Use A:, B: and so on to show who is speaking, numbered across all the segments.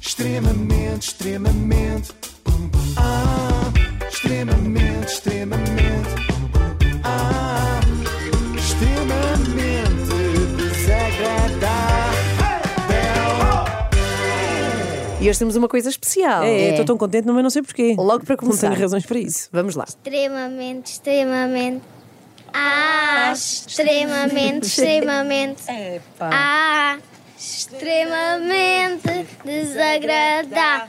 A: Extremamente, extremamente. Ah, extremamente, extremamente. Ah, extremamente desagradável.
B: E hoje temos uma coisa especial.
C: É, estou tão contente, mas não sei porquê.
B: Logo para começar.
C: Não tenho razões para isso.
B: Vamos lá.
D: Extremamente, extremamente. Ah, extremamente, extremamente. Ah, extremamente desagradável. Ah!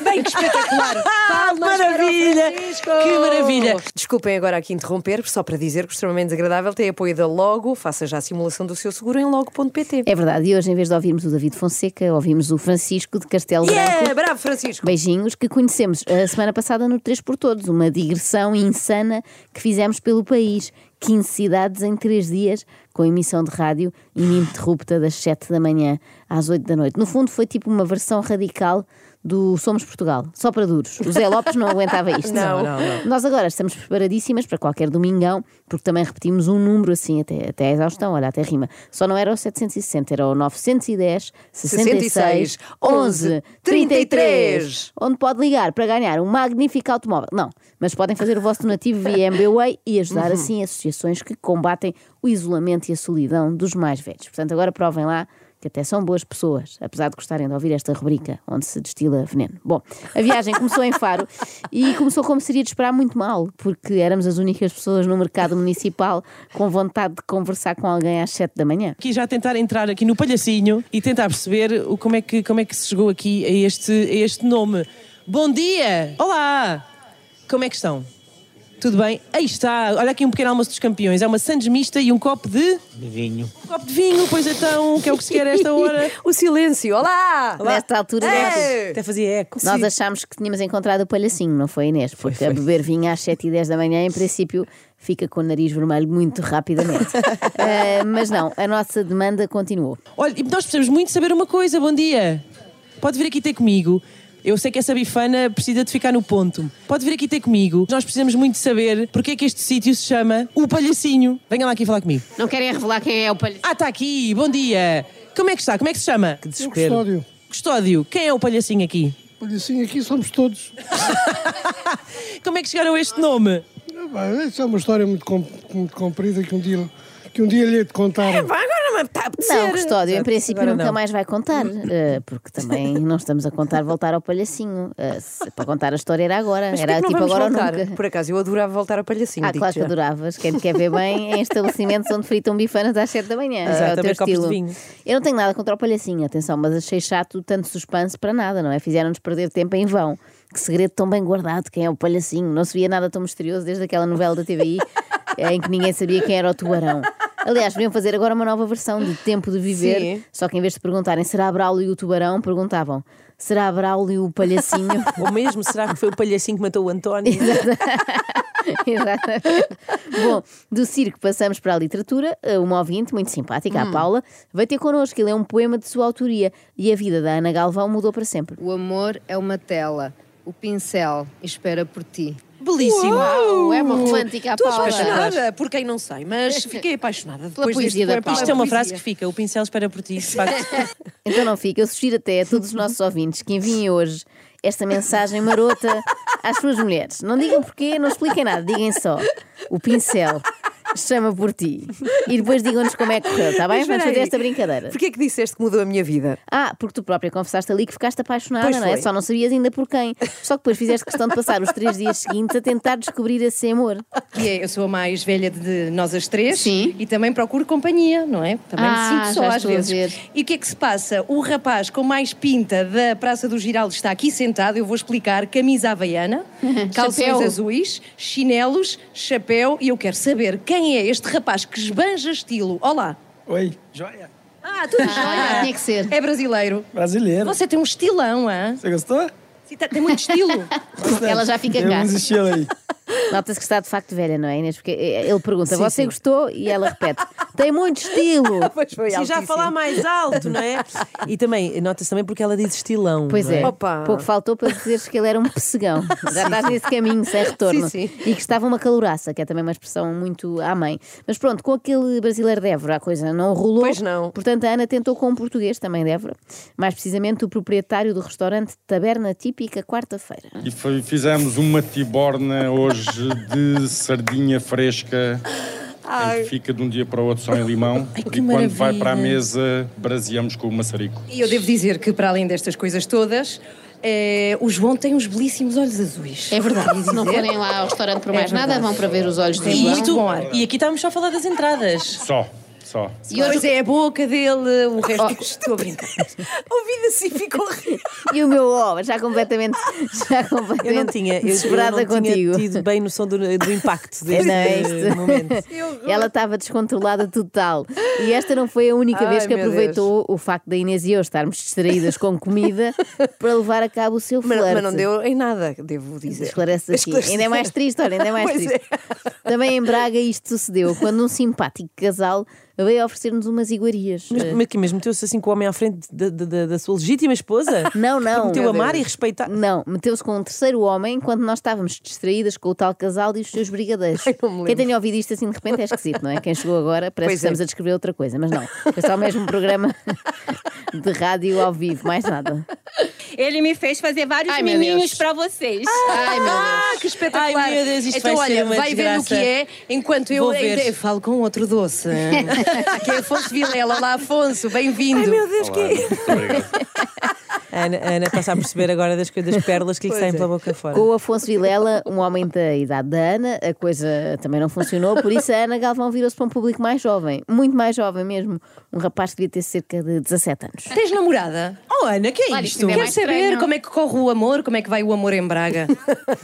C: Bem, que espetacular! maravilha! Que maravilha!
B: Desculpem agora aqui interromper, só para dizer que o extremamente desagradável tem apoio da Logo. Faça já a simulação do seu seguro em logo.pt.
E: É verdade, e hoje em vez de ouvirmos o David Fonseca, ouvimos o Francisco de Castelo Branco.
B: Yeah! é, Bravo, Francisco!
E: Beijinhos que conhecemos a semana passada no 3 por Todos, uma digressão insana que fizemos pelo país. 15 cidades em 3 dias, com emissão de rádio ininterrupta das 7 da manhã às 8 da noite. No fundo, foi tipo uma versão radical do Somos Portugal, só para duros. O Zé Lopes não aguentava isto.
B: Não, não, não.
E: Nós agora estamos preparadíssimas para qualquer domingão, porque também repetimos um número assim até, até a exaustão, olha, até rima. Só não era o 760, era o 910 66 11 33, onde pode ligar para ganhar um magnífico automóvel. Não, mas podem fazer o vosso donativo via MBWay e ajudar
B: Uhum.
E: assim associações que combatem o isolamento e a solidão dos mais velhos. Portanto, agora provem lá que até são boas pessoas, apesar de gostarem de ouvir esta rubrica onde se destila veneno. Bom, a viagem começou em Faro e começou como seria de esperar muito mal, porque éramos as únicas pessoas no mercado municipal com vontade de conversar com alguém às 7 da manhã.
C: Aqui já tentar entrar aqui no palhacinho e tentar perceber o, como, é que, como é que se chegou aqui a este, a este nome. Bom dia! Olá! Como é que estão? Tudo bem? Aí está, olha aqui um pequeno almoço dos campeões. É uma sandes mista e um copo de... De vinho. Um copo de vinho, pois então, que é o que se quer a esta hora.
B: O silêncio, olá!
E: Nesta altura,
B: Ei!
C: Até fazia eco.
E: Nós
C: Sim.
E: achámos que tínhamos encontrado o palhacinho, não foi Inês? Porque a beber vinho às 7 e 10 da manhã, em princípio, fica com o nariz vermelho muito rapidamente. Eh, mas não, a nossa demanda continuou.
C: Olha, e nós precisamos muito saber uma coisa, bom dia. Pode vir aqui ter comigo. Eu sei que essa bifana precisa de ficar no ponto. Pode vir aqui ter comigo. Nós precisamos muito saber porque é que este sítio se chama O Palhacinho. Venha lá aqui falar comigo.
F: Não querem revelar quem é o palhaço.
C: Ah, está aqui, bom dia. Como é que está? Como é que se chama? Que
G: desespero. Custódio.
C: Custódio, quem é o palhacinho aqui?
G: Olha, assim, aqui somos todos.
C: Como é que chegaram a este nome?
G: Ah, pá, Essa é uma história muito, com- muito comprida que um dia, que um dia lhe hei de contar.
B: Agora não me está a
E: Não,
B: apetecer.
E: Custódio, em princípio
C: Agora
E: nunca
C: não.
E: mais vai contar, eh, porque também não estamos a contar voltar ao palhacinho. Eh, se- para contar a história era agora,
B: Mas
E: era
B: porquê que
E: tipo
B: não vamos
E: agora
B: voltar?
E: ou nunca.
B: Por acaso, eu adorava voltar ao palhacinho.
E: Ah,
B: digo-te
E: claro que
B: já.
E: adoravas. Quem te quer ver bem é em estabelecimentos onde fritam bifanas às 7 da manhã. é
C: Exato,
E: o
C: Ah, também
E: teu
C: copos de
E: estilo.
C: vinho.
E: Eu não tenho nada contra o palhacinho, atenção, mas achei chato tanto suspense para nada, não é? Fizeram-nos perder tempo em vão. Que segredo tão bem guardado, quem é o palhacinho? Não se via nada tão misterioso desde aquela novela da TVI em que ninguém sabia quem era o tubarão. Aliás, deviam fazer agora uma nova versão de Tempo de Viver,
B: Sim.
E: só que em vez de perguntarem será Braulio o tubarão, perguntavam será Braulio o palhacinho?
C: Ou mesmo, será que foi o palhacinho que matou o António?
E: Exatamente. Bom, do circo passamos para a literatura. Eh, Uma ouvinte muito simpática,
B: Hum.
E: a Paula, vai ter connosco. Ele é um poema de sua autoria e a vida da Ana Galvão mudou para sempre.
F: O amor é uma tela, o pincel espera por ti.
H: Belíssimo.
E: é uma romântica a
H: Estou
E: Paula.
H: apaixonada, por quem não sei, mas fiquei apaixonada.
F: Pela
H: Depois deste
F: poesia da
H: poema.
F: Paula.
C: Isto é uma frase que fica, o pincel espera por ti. de facto.
E: Então não fica. Eu sugiro até a todos os nossos ouvintes que enviem hoje esta mensagem marota às suas mulheres. Não digam porquê, não expliquem nada. Digam só. O pincel chama por ti. E depois digam-nos como é que correu, está bem?
B: Mas espera
E: Vamos fazer
B: aí.
E: esta brincadeira.
B: Porquê que disseste que mudou a minha vida?
E: Ah, porque tu própria confessaste ali que ficaste apaixonada,
B: Pois
E: não é?
B: foi.
E: Só não sabias ainda por quem. Só que depois fizeste questão de passar os três dias seguintes a tentar descobrir esse amor.
H: E é, eu sou a mais velha de nós as três
F: Sim.
H: e também procuro companhia, não é? Também
E: Ah,
H: me sinto só
E: já
H: às
E: estou a
H: vezes.
E: ver.
H: E o que é que se passa? O rapaz com mais pinta da Praça do Giral está aqui sentado, eu vou explicar, camisa havaiana, calções
F: Chapéu.
H: azuis, chinelos, chapéu e eu quero saber quem é este rapaz que esbanja estilo. Olá.
G: Oi, joia.
H: Ah, tu és
E: Ah,
H: joia.
E: tinha que ser.
H: É brasileiro.
G: Brasileiro.
H: Você tem um estilão, hã?
G: Você gostou?
H: Sim, tá- Tem muito estilo.
E: Ela já fica
G: Eu
E: cá.
G: desisti aí.
E: Nota-se que está de facto velha, não é, Inês? Porque eh, ele pergunta: Você gostou? E ela repete: Tem muito estilo.
B: Pois foi
C: Sim, já
B: altíssimo.
C: falar mais alto, não é? E também, nota-se também porque ela diz estilão.
E: Pois
C: não
E: é,
B: Opa.
E: pouco faltou para dizeres que ele era um pessegão. Já estás nesse caminho sem retorno.
B: Sim, sim.
E: E que estava uma caloraça, que é também uma expressão muito à mãe. Mas pronto, com aquele brasileiro de Évora a coisa não rolou.
B: Pois não.
E: Portanto, a Ana tentou com um português também de Évora. Mais precisamente o proprietário do restaurante Taberna Típica Quarta-feira.
I: E foi- fizemos uma tiborna hoje de sardinha fresca. em que fica de um dia para o outro só em limão.
C: Ai, que
I: e quando vai
C: maravilha.
I: para a mesa, braseamos com o maçarico.
H: E eu devo dizer que, para além destas coisas todas, eh, o João tem uns belíssimos olhos azuis.
J: É verdade, se não
H: Dizer.
J: forem lá ao restaurante por
E: É
J: mais nada,
H: verdade.
J: vão para ver os olhos do
C: E
J: João.
C: isto,
H: Bom ar.
C: e aqui estávamos só a falar das entradas.
I: Só, só.
J: E hoje-
H: Pois é, a boca dele, o resto estou a brincar.
B: Ouvido assim ficou horrível.
E: E o meu ó, já completamente, já completamente
C: Eu não tinha, eu, eu
E: desesperada
C: não
E: contigo.
C: tinha tido bem noção do, do impacto deste
E: Não é isto?
C: momento.
E: Ela estava descontrolada total. E esta não foi a única vez
B: Ai,
E: que
B: meu
E: aproveitou o facto da Inês e eu estarmos distraídas com comida para levar a cabo o seu
B: Mas,
E: flerte.
B: mas não deu em nada, devo dizer.
E: Esclarece aqui.
B: Esclarece.
E: Ainda é mais triste, olha, ainda é mais
B: Pois
E: triste. Também em Braga isto sucedeu, quando um simpático casal veio oferecer-nos umas iguarias.
C: Mas,
E: Eh,
C: mas, que- mas meteu-se assim com o homem à frente da, da- da- da sua legítima esposa?
E: Não, não.
C: Meteu a amar e respeitar.
E: Não, meteu-se com um terceiro homem enquanto nós estávamos distraídas com o tal casal e os seus brigadeiros. Quem tenha ouvido isto assim de repente é esquisito, não é? Quem chegou agora parece que
B: Pois é.
E: estamos a descrever outra coisa, mas não. Foi só mesmo um programa de rádio ao vivo, mais nada.
K: Ele me fez fazer vários
J: Ai, meu
K: miminhos
J: Deus.
K: pra vocês.
J: Ai, meu Deus.
H: Ah, que espetacular!
C: Ai, meu Deus, isto
H: então,
C: vai ser
H: olha,
C: uma
H: vai ver o que
C: desgraça.
H: é, enquanto eu,
C: Vou ver.
H: ainda- eu falo com outro doce. que é Afonso Vilela. Olá, Afonso, bem-vindo.
B: Deus, que
C: A Ana, a Ana está a perceber agora das, coisas- das pérolas que lhe saem pela boca fora.
E: Com o Afonso Vilela, um homem da idade da Ana, a coisa também não funcionou, por isso a Ana Galvão virou-se para um público mais jovem, muito mais jovem mesmo. Um rapaz que devia ter cerca de 17 anos.
H: Tens namorada?
C: Oh, Ana, que é
J: Olha,
C: isto?
J: isto é
H: Quer
J: mais
H: saber
J: estranho.
H: como é que corre o amor? Como é que vai o amor em Braga?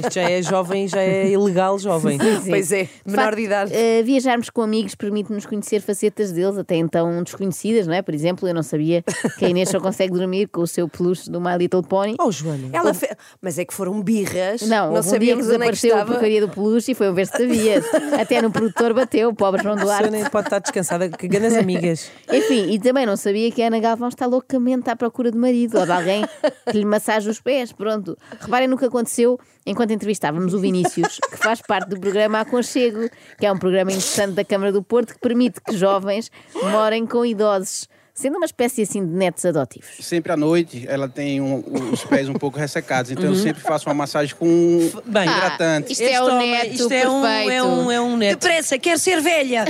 C: Isto já é jovem, já é ilegal jovem.
E: Sim.
B: Pois é, menor
E: facto,
B: de idade.
E: eh, viajarmos com amigos permite-nos conhecer facetas deles, até então desconhecidas, não é? Por exemplo, eu não sabia que a Inês só consegue dormir com o seu peluche do My Little Pony.
C: Oh, Joana.
B: Ela fe- Mas é que foram birras.
E: Não,
B: não
E: houve um dia que
B: sabíamos onde é que
E: desapareceu a
B: estava.
E: porcaria do peluche e foi um ver se sabias. Até no produtor bateu, o pobre João
C: A
E: Duarte.
C: Joana pode estar descansada, que grandes amigas.
E: Enfim, É assim, e também não sabia que a Ana Galvão está loucamente à procura de marido ou de alguém que lhe massaje os pés. Pronto. Reparem no que aconteceu enquanto entrevistávamos o Vinícius, que faz parte do programa Aconchego, que é um programa interessante da Câmara do Porto que permite que jovens morem com idosos, sendo uma espécie assim de netos adotivos.
A: Sempre à noite ela tem um- os pés um pouco ressecados, então eu
C: Uhum.
A: sempre faço uma massagem com um
C: Bem,
J: Ah,
A: hidratante.
J: isto é
C: este
J: o
C: homem-
J: neto
C: isto é
J: perfeito.
C: um, é um, é um neto.
H: Depressa, quero ser velha!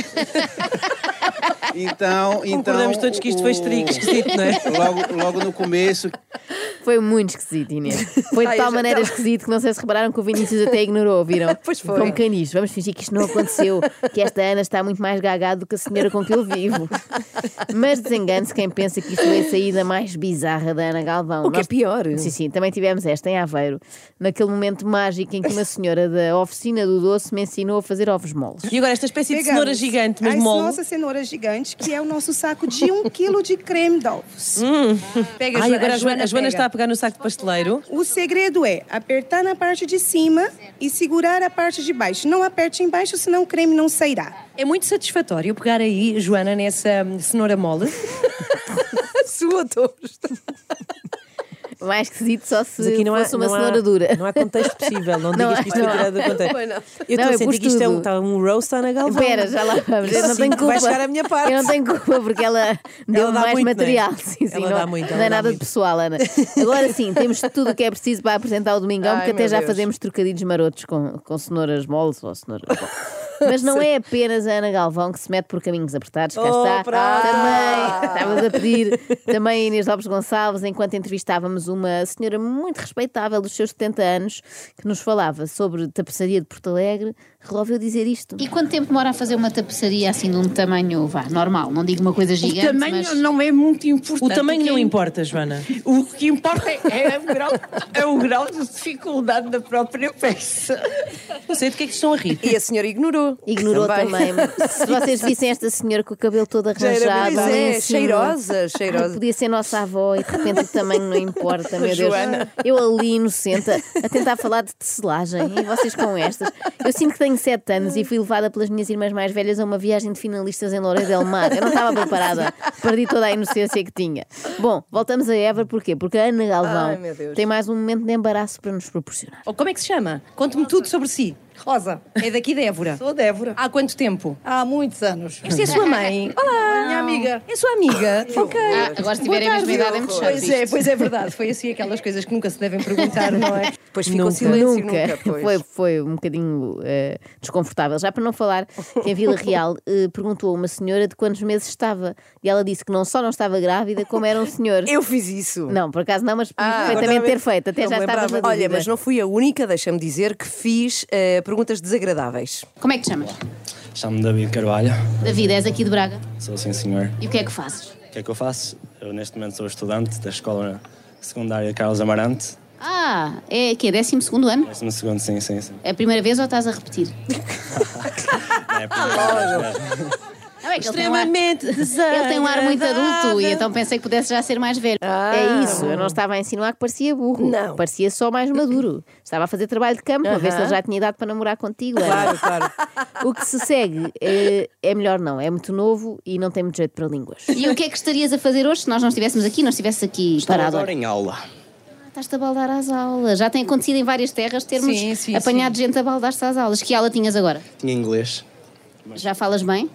A: Então, então
C: Concordamos todos que isto foi
A: o-
K: uh,
C: estrico, esquisito, não é?
A: Logo, logo no começo,
E: Foi muito esquisito, Inês. Foi de
B: Ai, já
E: tal maneira
B: tava-
E: esquisito que não sei se repararam que o Vinícius até ignorou, viram?
B: Pois foi.
E: Foi um caniço. Vamos fingir que isto não aconteceu, que esta Ana está muito mais gagada do que a senhora com que eu vivo. Mas desengane-se quem pensa que isto foi a saída mais bizarra da Ana Galvão.
B: O que é pior.
E: Sim, sim, também tivemos esta em Aveiro, naquele momento mágico em que uma senhora da oficina do doce me ensinou a fazer ovos moles.
C: E agora esta espécie de Tipo cenoura gigante, mas
K: a
C: mole.
K: nossa cenoura gigante, que é o nosso saco de um quilo de creme de ovos.
H: Pega,
C: Ai,
H: Joana,
C: agora a Joana, a Joana
H: pega.
C: está a pegar no saco de pasteleiro.
K: O segredo é apertar na parte de cima e segurar a parte de baixo. Não aperte embaixo, senão o creme não sairá.
H: É muito satisfatório pegar aí, Joana, nessa hum, cenoura mole.
B: Sua todos.
E: Mais esquisito só se
C: Mas aqui não há,
E: fosse uma
C: não há-
E: cenoura dura.
C: Não há contexto possível, não,
E: Não
C: digas
E: há-
C: que isto
E: não
C: foi
E: há.
C: tirado do contexto. Eu
E: Não,
C: estou
E: eu
C: a sentir
E: pus
C: que isto é um,
E: tudo.
C: está um roast na galvão.
E: Espera, já lá vamos. Eu
C: Isso
E: não tenho
C: sim que
E: culpa.
C: vai chegar à minha parte.
E: Eu não tenho culpa porque ela deu
C: dá
E: mais
C: muito, não é?
E: material. Sim, sim,
C: Ela
E: não,
C: dá muito, ela
E: não é
C: dá
E: nada
C: muito.
E: de pessoal, Ana. Agora sim, temos tudo o que é preciso para apresentar o Domingão,
B: Ai,
E: porque até
B: meu
E: já
B: Deus.
E: fazemos trocadilhos marotos com, com cenouras moles ou cenouras moles. Mas não é apenas a Ana Galvão que se mete por caminhos apertados, cá
C: Oh,
E: está.
B: Opa!
E: Também, estávamos a pedir, também a Inês Lopes Gonçalves, enquanto entrevistávamos uma senhora muito respeitável dos seus 70 anos, que nos falava sobre tapeçaria de Porto Alegre, resolveu dizer isto.
J: E quanto tempo demora a fazer uma tapeçaria assim de um tamanho, vá, normal? Não digo uma coisa gigante, mas...
K: não é muito
C: O
K: importante.
C: tamanho não importa, Joana.
K: O que importa é o grau, é o grau de dificuldade da própria peça.
C: Não sei do que é que estão a rir.
B: E a senhora ignorou.
E: Ignorou também. Se vocês vissem esta senhora com o cabelo todo
B: Já era-
E: arranjado,
B: Pois
E: ali
B: é,
E: em cima,
B: cheirosa, cheirosa.
E: Podia ser nossa avó e de repente o tamanho não importa, meu Deus.
B: Joana.
E: Eu ali inocente a a tentar falar de tecelagem e vocês com estas. Eu sinto que tenho tenho 7 anos e fui levada pelas minhas irmãs mais velhas a uma viagem de finalistas em Loureiro del Mar. Eu não estava preparada. Perdi toda a inocência que tinha. Bom, voltamos a Évora porquê? Porque a Ana Galvão
H: Ai, meu Deus.
E: tem mais um momento de embaraço para nos proporcionar.
H: Ou como é que se chama? Conte-me tudo sobre si. Rosa. É daqui de Évora. Sou de Évora. Há quanto tempo? Há muitos anos. Esta é a sua mãe. Olá. Minha amiga. É sua amiga. ok.
J: Ah, agora se tiverem a mesma idade, é muito chato
H: Pois é,
J: isto.
H: pois é verdade. Foi assim aquelas coisas que nunca se devem perguntar, não é? Depois
E: ficou foi, foi um bocadinho eh, desconfortável. Já para não falar que em Vila Real eh, perguntou a uma senhora de quantos meses estava. E ela disse que não só não estava grávida, como era um senhor.
B: Eu Ah, fiz isso.
E: Não, por acaso não, mas podia perfeitamente ter feito. Até
B: Não
E: já
B: me
E: estava
B: lembrava.
E: na
B: Olha,
E: dúvida.
B: mas não fui a única, deixa-me dizer, que fiz eh, perguntas desagradáveis.
J: Como é que te chamas?
L: Chamo-me David Carvalho,
J: David, és aqui de Braga.
L: sou sim senhor.
J: E o que é que fazes?
L: O que é que eu faço? Eu neste momento sou estudante da Escola Secundária Carlos Amarante,
J: Ah, é que é 12 segundo ano?
L: 12 segundo, sim, sim, sim.
J: É a primeira vez ou estás a repetir?
L: É a primeira vez, né?
J: Não, é que ele tem um ar-
H: Extremamente
J: Ele tem um ar muito adulto e então pensei que pudesse já ser mais velho.
E: É isso, eu não estava a insinuar que parecia burro. Não. Parecia só mais maduro. Estava a fazer trabalho de campo, a ver se
J: Aham.
E: ele já tinha idade para namorar contigo. Claro, claro. O que se segue eh, é, melhor não, é muito novo e não tem muito jeito para línguas.
J: E o que é que estarias a fazer hoje se nós não estivéssemos aqui, não estivesse aqui
E: Estava
J: parado?
E: agora
L: em aula.
J: Ah, Estás-te a baldar às aulas. Já tem acontecido em várias terras termos
L: Sim, sim,
J: apanhado gente a baldar-se às aulas. Que aula tinhas agora?
L: Tinha inglês,
J: Já falas bem?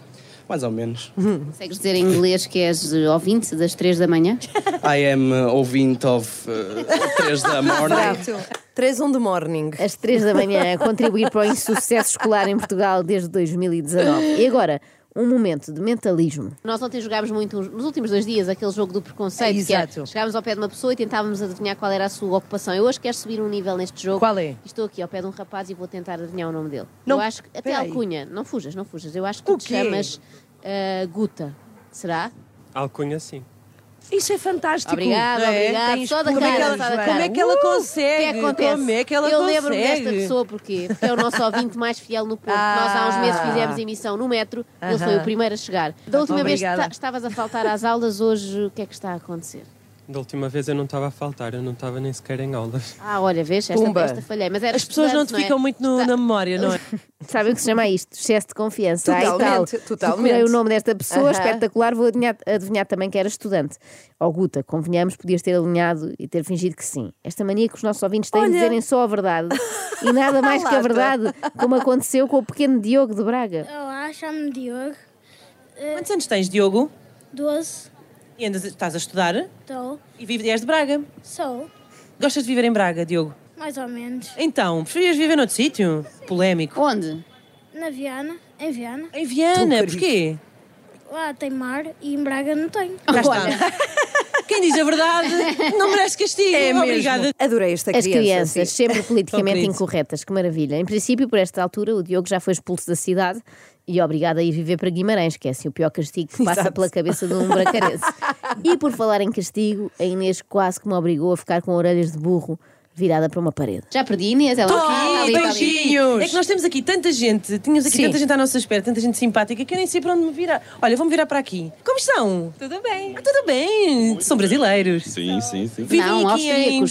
L: mais ou menos.
J: Consegues dizer em inglês que és eh, ouvinte das 3 da manhã?
L: I am uh, ouvinte of uh, 3 da morning.
B: Três on the morning.
E: Às três da manhã, a contribuir para o insucesso escolar em Portugal desde 2019. E agora, um momento de mentalismo. Nós ontem jogámos muito, nos últimos dois dias, aquele jogo do preconceito. que era-
H: Exato.
E: chegámos ao pé de uma pessoa e tentávamos adivinhar qual era a sua ocupação. Eu hoje quero subir um nível neste jogo. Qual é? Estou aqui ao pé de um rapaz e vou tentar adivinhar o nome dele.
J: Não,
E: Eu acho que, até
J: peraí.
E: alcunha, não fujas, não fujas. Eu acho que tu te
J: quê?
E: chamas ah, Guta. Será?
M: Alcunha, sim.
H: Isso é fantástico.
E: Obrigada,
H: Não é?
E: obrigada.
H: Tens
E: Só da
H: puro.
E: cara,
H: Como é que
E: só
H: ela-
E: da cara.
H: Como é que ela
E: Uh!
H: consegue?
E: O que acontece?
H: Como é que ela
E: Eu
H: consegue?
E: lembro-me desta pessoa porquê? Porque é o nosso ouvinte mais fiel no Porto.
H: Ah.
E: Nós há uns meses fizemos emissão no metro, ele
M: Aham.
E: foi o primeiro a chegar. Da última
H: Obrigada.
E: vez que ta- estavas a faltar às aulas, hoje o que é que está a acontecer?
M: Da última vez eu não estava a faltar, eu não estava nem sequer em aulas.
E: Ah, olha, vês, esta,
M: Pumba.
E: esta falhei. Mas era
M: As pessoas não
E: estudante,
M: te
E: é?
M: ficam muito no- na memória, não é?
E: Sabem o que se chama isto? Excesso de confiança. Ah, e
B: Totalmente,
E: tal.
B: totalmente.
E: Decorei o nome desta pessoa,
B: Aham.
E: espetacular. Vou adivinhar, adivinhar também que era estudante. Ó Guta, convenhamos, podias ter alinhado e ter fingido que sim. Esta mania que os nossos ouvintes têm de
B: Olha.
E: dizerem só a verdade. E nada mais que a
B: Lata.
E: verdade, como aconteceu com o pequeno Diogo de Braga.
D: Olá, chamo-me Diogo.
C: Quantos anos tens, Diogo?
D: 12.
C: E andas, estás a estudar?
D: Estou.
C: E vives, és de Braga?
D: Sou.
C: Gostas de viver em Braga, Diogo?
D: Mais ou menos.
C: Então, preferias viver noutro sítio? Polémico.
J: Onde?
D: Na Viana. Em Viana.
C: Em Viana, porquê?
D: Lá tem mar e em Braga não tem.
C: Cá está. Quem diz a verdade não merece castigo.
B: É mesmo.
C: Obrigada.
B: Adorei esta
E: As
B: criança.
E: crianças,
B: sim.
E: sempre politicamente
B: Tão querido.
E: incorretas, que maravilha. Em princípio, por esta altura, o Diogo já foi expulso da cidade e obrigado a ir viver para Guimarães, que é assim o pior castigo que passa
B: Exato.
E: pela cabeça de um bracarense. e por falar em castigo, a Inês quase que me obrigou a ficar com orelhas de burro virada para uma parede.
J: Já perdi, Inês? Ela
E: Tô,
J: Ah, ali, ali.
E: beijinhos.
C: É que nós temos aqui tanta gente, tínhamos aqui
J: Sim.
C: tanta gente à nossa espera, tanta gente simpática, que eu nem sei para onde me virar. Olha, vou-me virar para aqui. Como estão? Tudo bem. tudo bem. São brasileiros.
I: Sim, sim, sim.
C: Vivem
J: Não,
C: aqui em-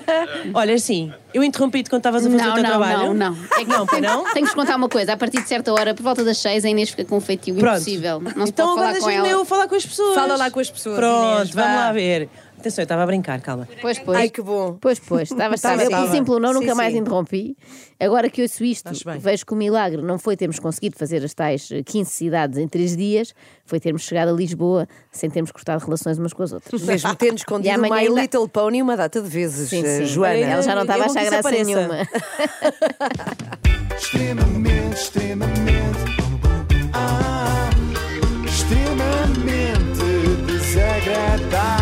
C: Olha, assim, eu interrompi-te quando estavas a fazer o
J: Não,
C: teu
J: não,
C: trabalho.
J: não, não. É que
C: Não, pois não?
J: Tenho que vos contar uma coisa. A partir de certa hora, por volta das 6, a Inês fica com um feitio
C: Pronto.
J: impossível. Não se
C: Então
J: pode
C: agora
J: falar com ela.
C: deixa-me eu falar com as pessoas.
J: Fala lá com as pessoas,
C: Pronto,
J: Inês,
C: vamos
J: vá.
C: lá ver. Atenção, eu estava a brincar, calma.
E: Pois, pois.
C: Ai,
E: que bom. Pois, pois. Estava
C: Estava,
E: estava. Eu, por
C: estava.
E: exemplo, não,
C: Sim,
E: nunca mais
C: sim.
E: interrompi. Agora que ouço isto,
C: Estás bem.
E: vejo que o milagre não foi termos conseguido fazer as tais eh, 15 cidades em 3 dias, foi termos chegado a Lisboa sem termos cortado relações umas com as outras.
B: Mesmo tendo
E: E
B: escondido
E: amanhã
B: My
E: ainda-
B: Little Pony uma data de vezes,
E: Sim,
B: eh,
E: sim.
B: Joana.
E: Ela já não estava a achar graça nenhuma.
N: Extremamente, extremamente. Ah, extremamente desagradável.